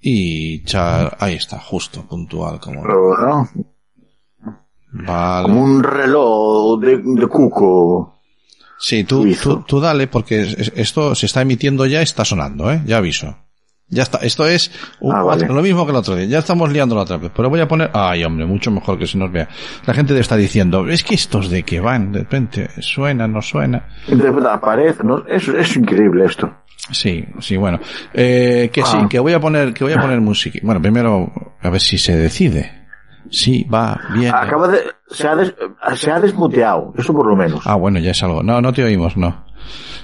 Y Char, ahí está, justo, puntual, como. Pero, ¿no? Vale. Como un reloj de, de cuco. Sí, tú, Suizo. tú, tú dale, porque es- es- esto se está emitiendo ya, está sonando, ¿eh? Ya aviso. Ya está, esto es un- Ah, vale. lo mismo que el otro día. Ya estamos liando la otra vez, pero voy a poner... Ay, hombre, mucho mejor que se nos vea. La gente debe estar diciendo, es que estos de que van, de repente, suena, no suena. De verdad, aparece, ¿no? Es, es increíble esto. Sí, sí, bueno. Eh, que sí, Ah. que voy a poner, que voy a poner música. Bueno, primero, a ver si se decide. Sí, va, bien. Acaba de. Se ha, des- se ha desmuteado, eso por lo menos. Ah, bueno, ya es algo. No, no te oímos, no.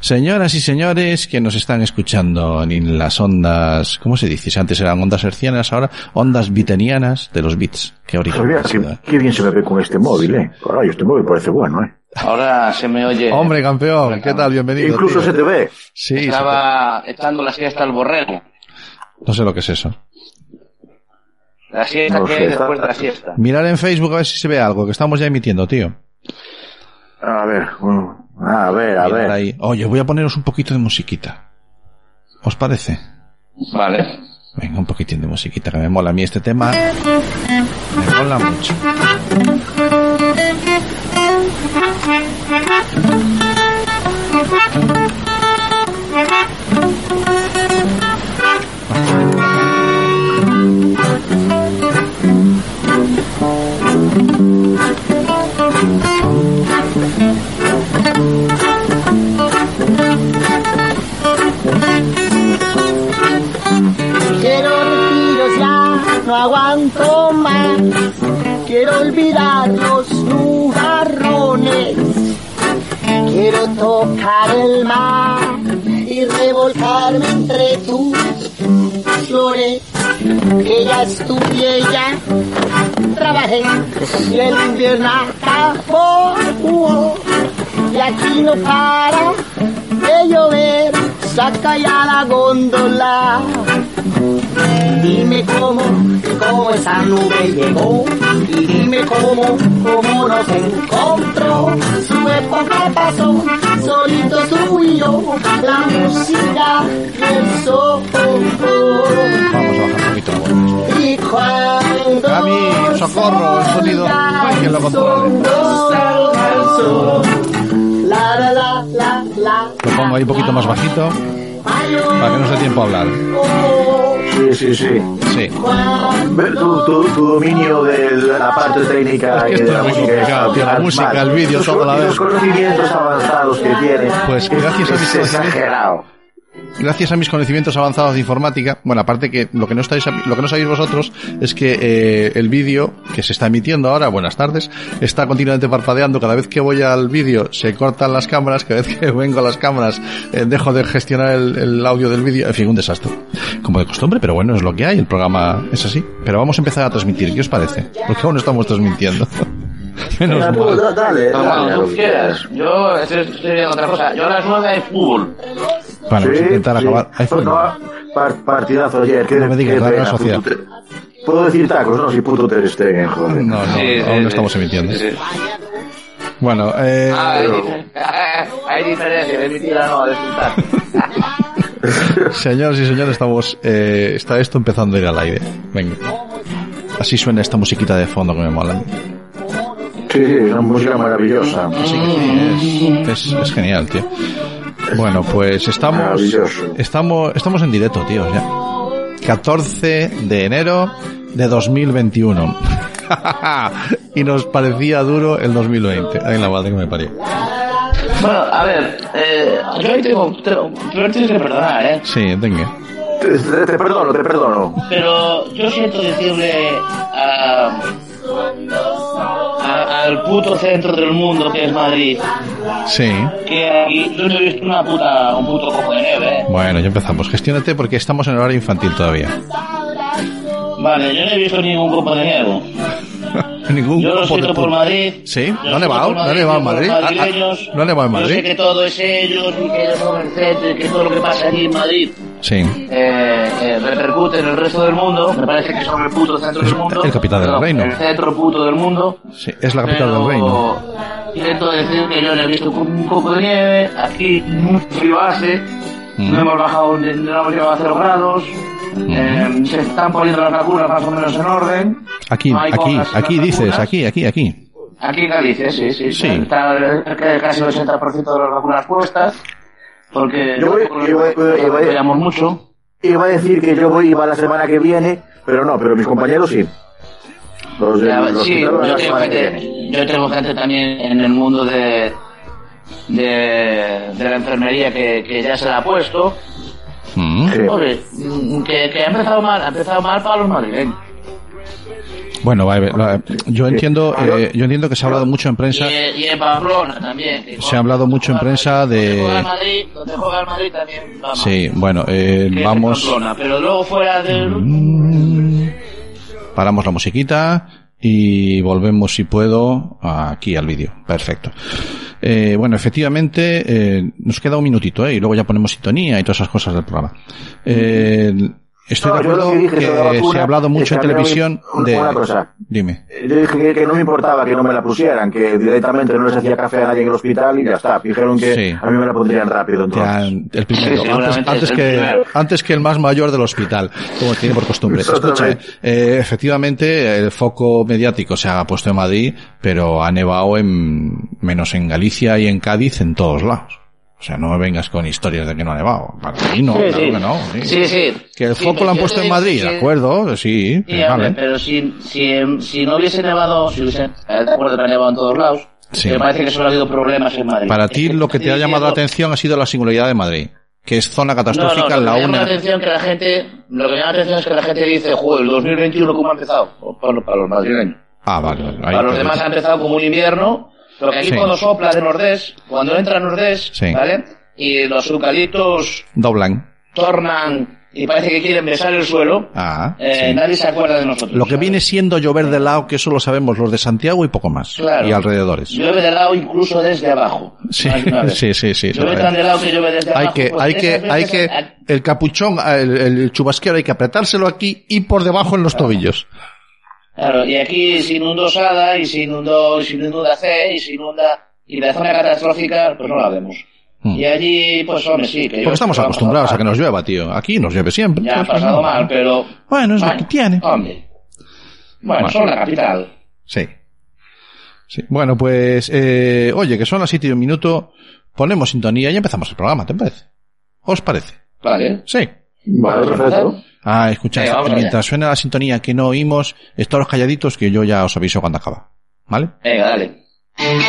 Señoras y señores que nos están escuchando en las ondas, ¿cómo se dice? Si Antes eran ondas hercianas, ahora ondas bitenianas de los bits. Qué ahorita. Joder, Pues qué, qué bien se me ve con este móvil, ¿eh? Caray, este móvil parece bueno, ¿eh? Ahora se me oye. Hombre, campeón, ¿qué tal? Bienvenido. Incluso tío. se te ve. Sí, se te- Estaba echando la siesta al borrego. no sé lo que es eso. La siesta No que sé, hay está- después de la siesta. Mirar en Facebook a ver si se ve algo, que estamos ya emitiendo, tío. A ver, bueno, a ver, a Mirar ver. ahí. Oye, voy a poneros un poquito de musiquita. ¿Os parece? Vale. Venga, un poquitín de musiquita, que me mola a mí este tema. Me mola mucho. Quiero retiros ya, no aguanto más. Quiero olvidar los nubarrones. Quiero tocar el mar y revolcarme entre tus flores. Que ya estudié, ya trabajé y el invierno acabó. Y aquí no para de llover, saca ya la góndola. Dime cómo, cómo esa nube llegó. Y dime cómo, cómo nos encontró. Su época pasó, solito tú y yo. La música y el socorro. Vamos a bajar un poquito la voz. Y cuando. Cami, socorro, el sonido. No hay quien lo controle. salga el sol. La, la, la, la, la. Lo pongo ahí un poquito más bajito para que no se dé tiempo a hablar. Sí, sí, sí. Sí. Ve, Tu, tu, tu dominio de la parte técnica Es que y de esto la es muy música. complicado, tío, la mal. música, el vídeo, Los- todo a la vez. Los conocimientos avanzados que tienes. Pues gracias a mis Es exagerado. Gracias a mis conocimientos avanzados de informática, bueno, aparte que lo que no estáis, lo que no sabéis vosotros es que eh, el vídeo que se está emitiendo ahora, buenas tardes, está continuamente parpadeando. Cada vez que voy al vídeo se cortan las cámaras, cada vez que vengo a las cámaras eh, dejo de gestionar el, el audio del vídeo. En fin, un desastre. Como de costumbre, pero bueno, es lo que hay. El programa es así. Pero vamos a empezar a transmitir. ¿Qué os parece? Porque aún no estamos transmitiendo. Menos Ya, tú, mal. da- Dale, dale. a Como lo tú que quieras. quieras. Yo estoy estoy viendo otra cosa. Yo a las nueve hay fútbol. Bueno, vamos a intentar sí. acabar. Ahí fue. No, par- partidazo ayer. qué- No me digas, qué la Real pena, Sociedad. puto te- Puedo decir tacos, ¿no? Si puto te estén, joder. No, no, Sí, sí, aún no sí. estamos emitiendo. Sí, sí. Bueno, eh, Ah, hay, dif- hay diferencia de emitir a no, de escuchar. señoras y señores, estamos, eh, está esto empezando a ir al aire. Venga. Así suena esta musiquita de fondo que me mola. Sí, sí, es una música maravillosa. Es, es genial, tío. Bueno, pues estamos, Maravilloso. estamos, estamos en directo, tío, ya. 14 de enero de 2021. y nos parecía duro el 2020. Ay, la madre que me parió. Bueno, a ver, eh, yo hoy tengo, tengo, yo hoy tengo que perdonar, ¿eh? Sí, venga. Te, te- te perdono, te perdono. Pero yo siento decirle a, a- al puto centro del mundo que es Madrid Sí. que aquí yo no he visto una puta, un puto copo de nieve. ¿eh? Bueno, ya empezamos. Gestiónate porque estamos en horario infantil todavía. Vale, yo no he visto ningún copo de nieve. Ningún Yo lo grupo de siento pu- por Madrid. Sí, no yo lo le siento va, por no le va a yo por Madrid. los Ah, ah, madrileños. no le va a Yo Madrid. sé que todo es ellos y que ellos son el centro y que todo lo que pasa allí en Madrid Sí. eh, eh, repercute en el resto del mundo. Me parece que son el puto centro del mundo. el capital del Perdón, reino. El centro puto del mundo. Sí, es la capital Pero del reino. Intento decir que yo no he visto un copo de nieve, aquí un frío hace, Mm. no hemos bajado, ni- no hemos llegado a cero grados, eh, se están poniendo las vacunas más o menos en orden. Aquí, No hay aquí, pocas aquí dices, vacunas. aquí, aquí, aquí. Aquí en Galicia, sí, sí. Sí. Está el- el- casi el 80% de las vacunas puestas, porque Yo voy- yo voy- yo voy- yo voy- apoyamos mucho. Iba a decir que yo voy iba la semana que viene, pero no, pero mis compañeros sí. Los, de- Ya, los sí, que fueron yo la tengo, semana que viene. gente, yo tengo gente también en el mundo de, de, de la enfermería que, que ya se la ha puesto. Mm. Sí. Oye, mm, que, que ha empezado mal, ha empezado mal para los madrileños. Bueno, vale, vale. yo entiendo, eh, yo entiendo que se ha hablado mucho en Y, eh, prensa. y en Pamplona también. que Se ha hablado mucho en juega- prensa de- Donde juega el Madrid, donde juega el Madrid también. Vamos. Sí, bueno, eh, que es vamos, Mm, Pamplona, pero luego fuera del. paramos la musiquita y volvemos si puedo aquí al vídeo. Perfecto. Eh, bueno, efectivamente, eh, nos queda un minutito, ¿eh? Y luego ya ponemos sintonía y todas esas cosas del programa. Eh, estoy No, de yo lo acuerdo que que, dije sobre la vacuna se ha hablado es mucho que en a mí no me- televisión de... una cosa. Dime. Yo dije que, que no me importaba que no me la pusieran, que directamente no les hacía café a nadie en el hospital y ya está. Dijeron que Sí. a mí me la pondrían rápido. Te Entonces. han- el primero, Sí, sí, antes, seguramente antes el que, primero. antes que el más mayor del hospital, como tiene por costumbre. Escúchame, Exactamente. eh, efectivamente el foco mediático se ha puesto en Madrid, pero ha nevado en, menos en Galicia y en Cádiz en todos lados. O sea, no me vengas con historias de que no ha nevado. Para mí no, claro que no. sí. Sí, sí. Que el Sí, foco pero lo han yo puesto te en digo Madrid, que- de acuerdo, sí, pues Sí, vale. hombre, pero si, si, si no hubiese nevado, si hubiese, eh, de acuerdo que ha nevado en todos lados, Sí. me parece que solo ha habido problemas en Madrid. Para ti lo que te ha Estoy llamado la diciendo- atención ha sido la singularidad de Madrid, que es zona catastrófica no, no, en lo la que me llama una. la atención que la gente, lo que me llama la atención es que la gente dice, joder, el 2021 cómo ha empezado. O Para, los- para los madrileños. Ah, vale, vale, ahí para los te- demás ha empezado como un invierno, lo que aquí Sí. cuando sopla de nordés, cuando entra nordés, Sí. ¿vale? Y los eucaliptos Doblan. tornan y parece que quieren besar el suelo, Ah, eh, sí. nadie se acuerda de nosotros. Lo que ¿sabes? viene siendo llover de lado, que eso lo sabemos los de Santiago y poco más. Claro. Y alrededores. Llueve de lado incluso desde abajo. Sí, Más de una vez. sí, sí, sí, Llueve sí. tan de lado que llueve desde Hay abajo. que, pues hay esas que, veces hay que, a- el capuchón, el, el chubasquero hay que apretárselo aquí y por debajo en los tobillos. Claro, y aquí se inundó Sada, y se inundó, se inunda C, y se inunda... Y la zona catastrófica, pues no la vemos. Mm. Y allí, pues hombre, sí. Que yo- Porque estamos lo han acostumbrados pasado a que nos llueva, tío. Aquí nos llueve siempre. mal. Ya ha Entonces, pues, pasado no. mal, pero... Ah. Bueno, es lo que tiene. Hombre. Bueno, Bueno. son la capital. Sí. Sí. Bueno, pues, eh, oye, que son las siete y un minuto, ponemos sintonía y empezamos el programa, ¿te parece? ¿Os parece? Vale. Sí. Vale, perfecto. Ah, escucha, Venga, vamos mientras suena la sintonía que no oímos, estaros calladitos que yo ya os aviso cuando acaba. ¿Vale? Venga, dale.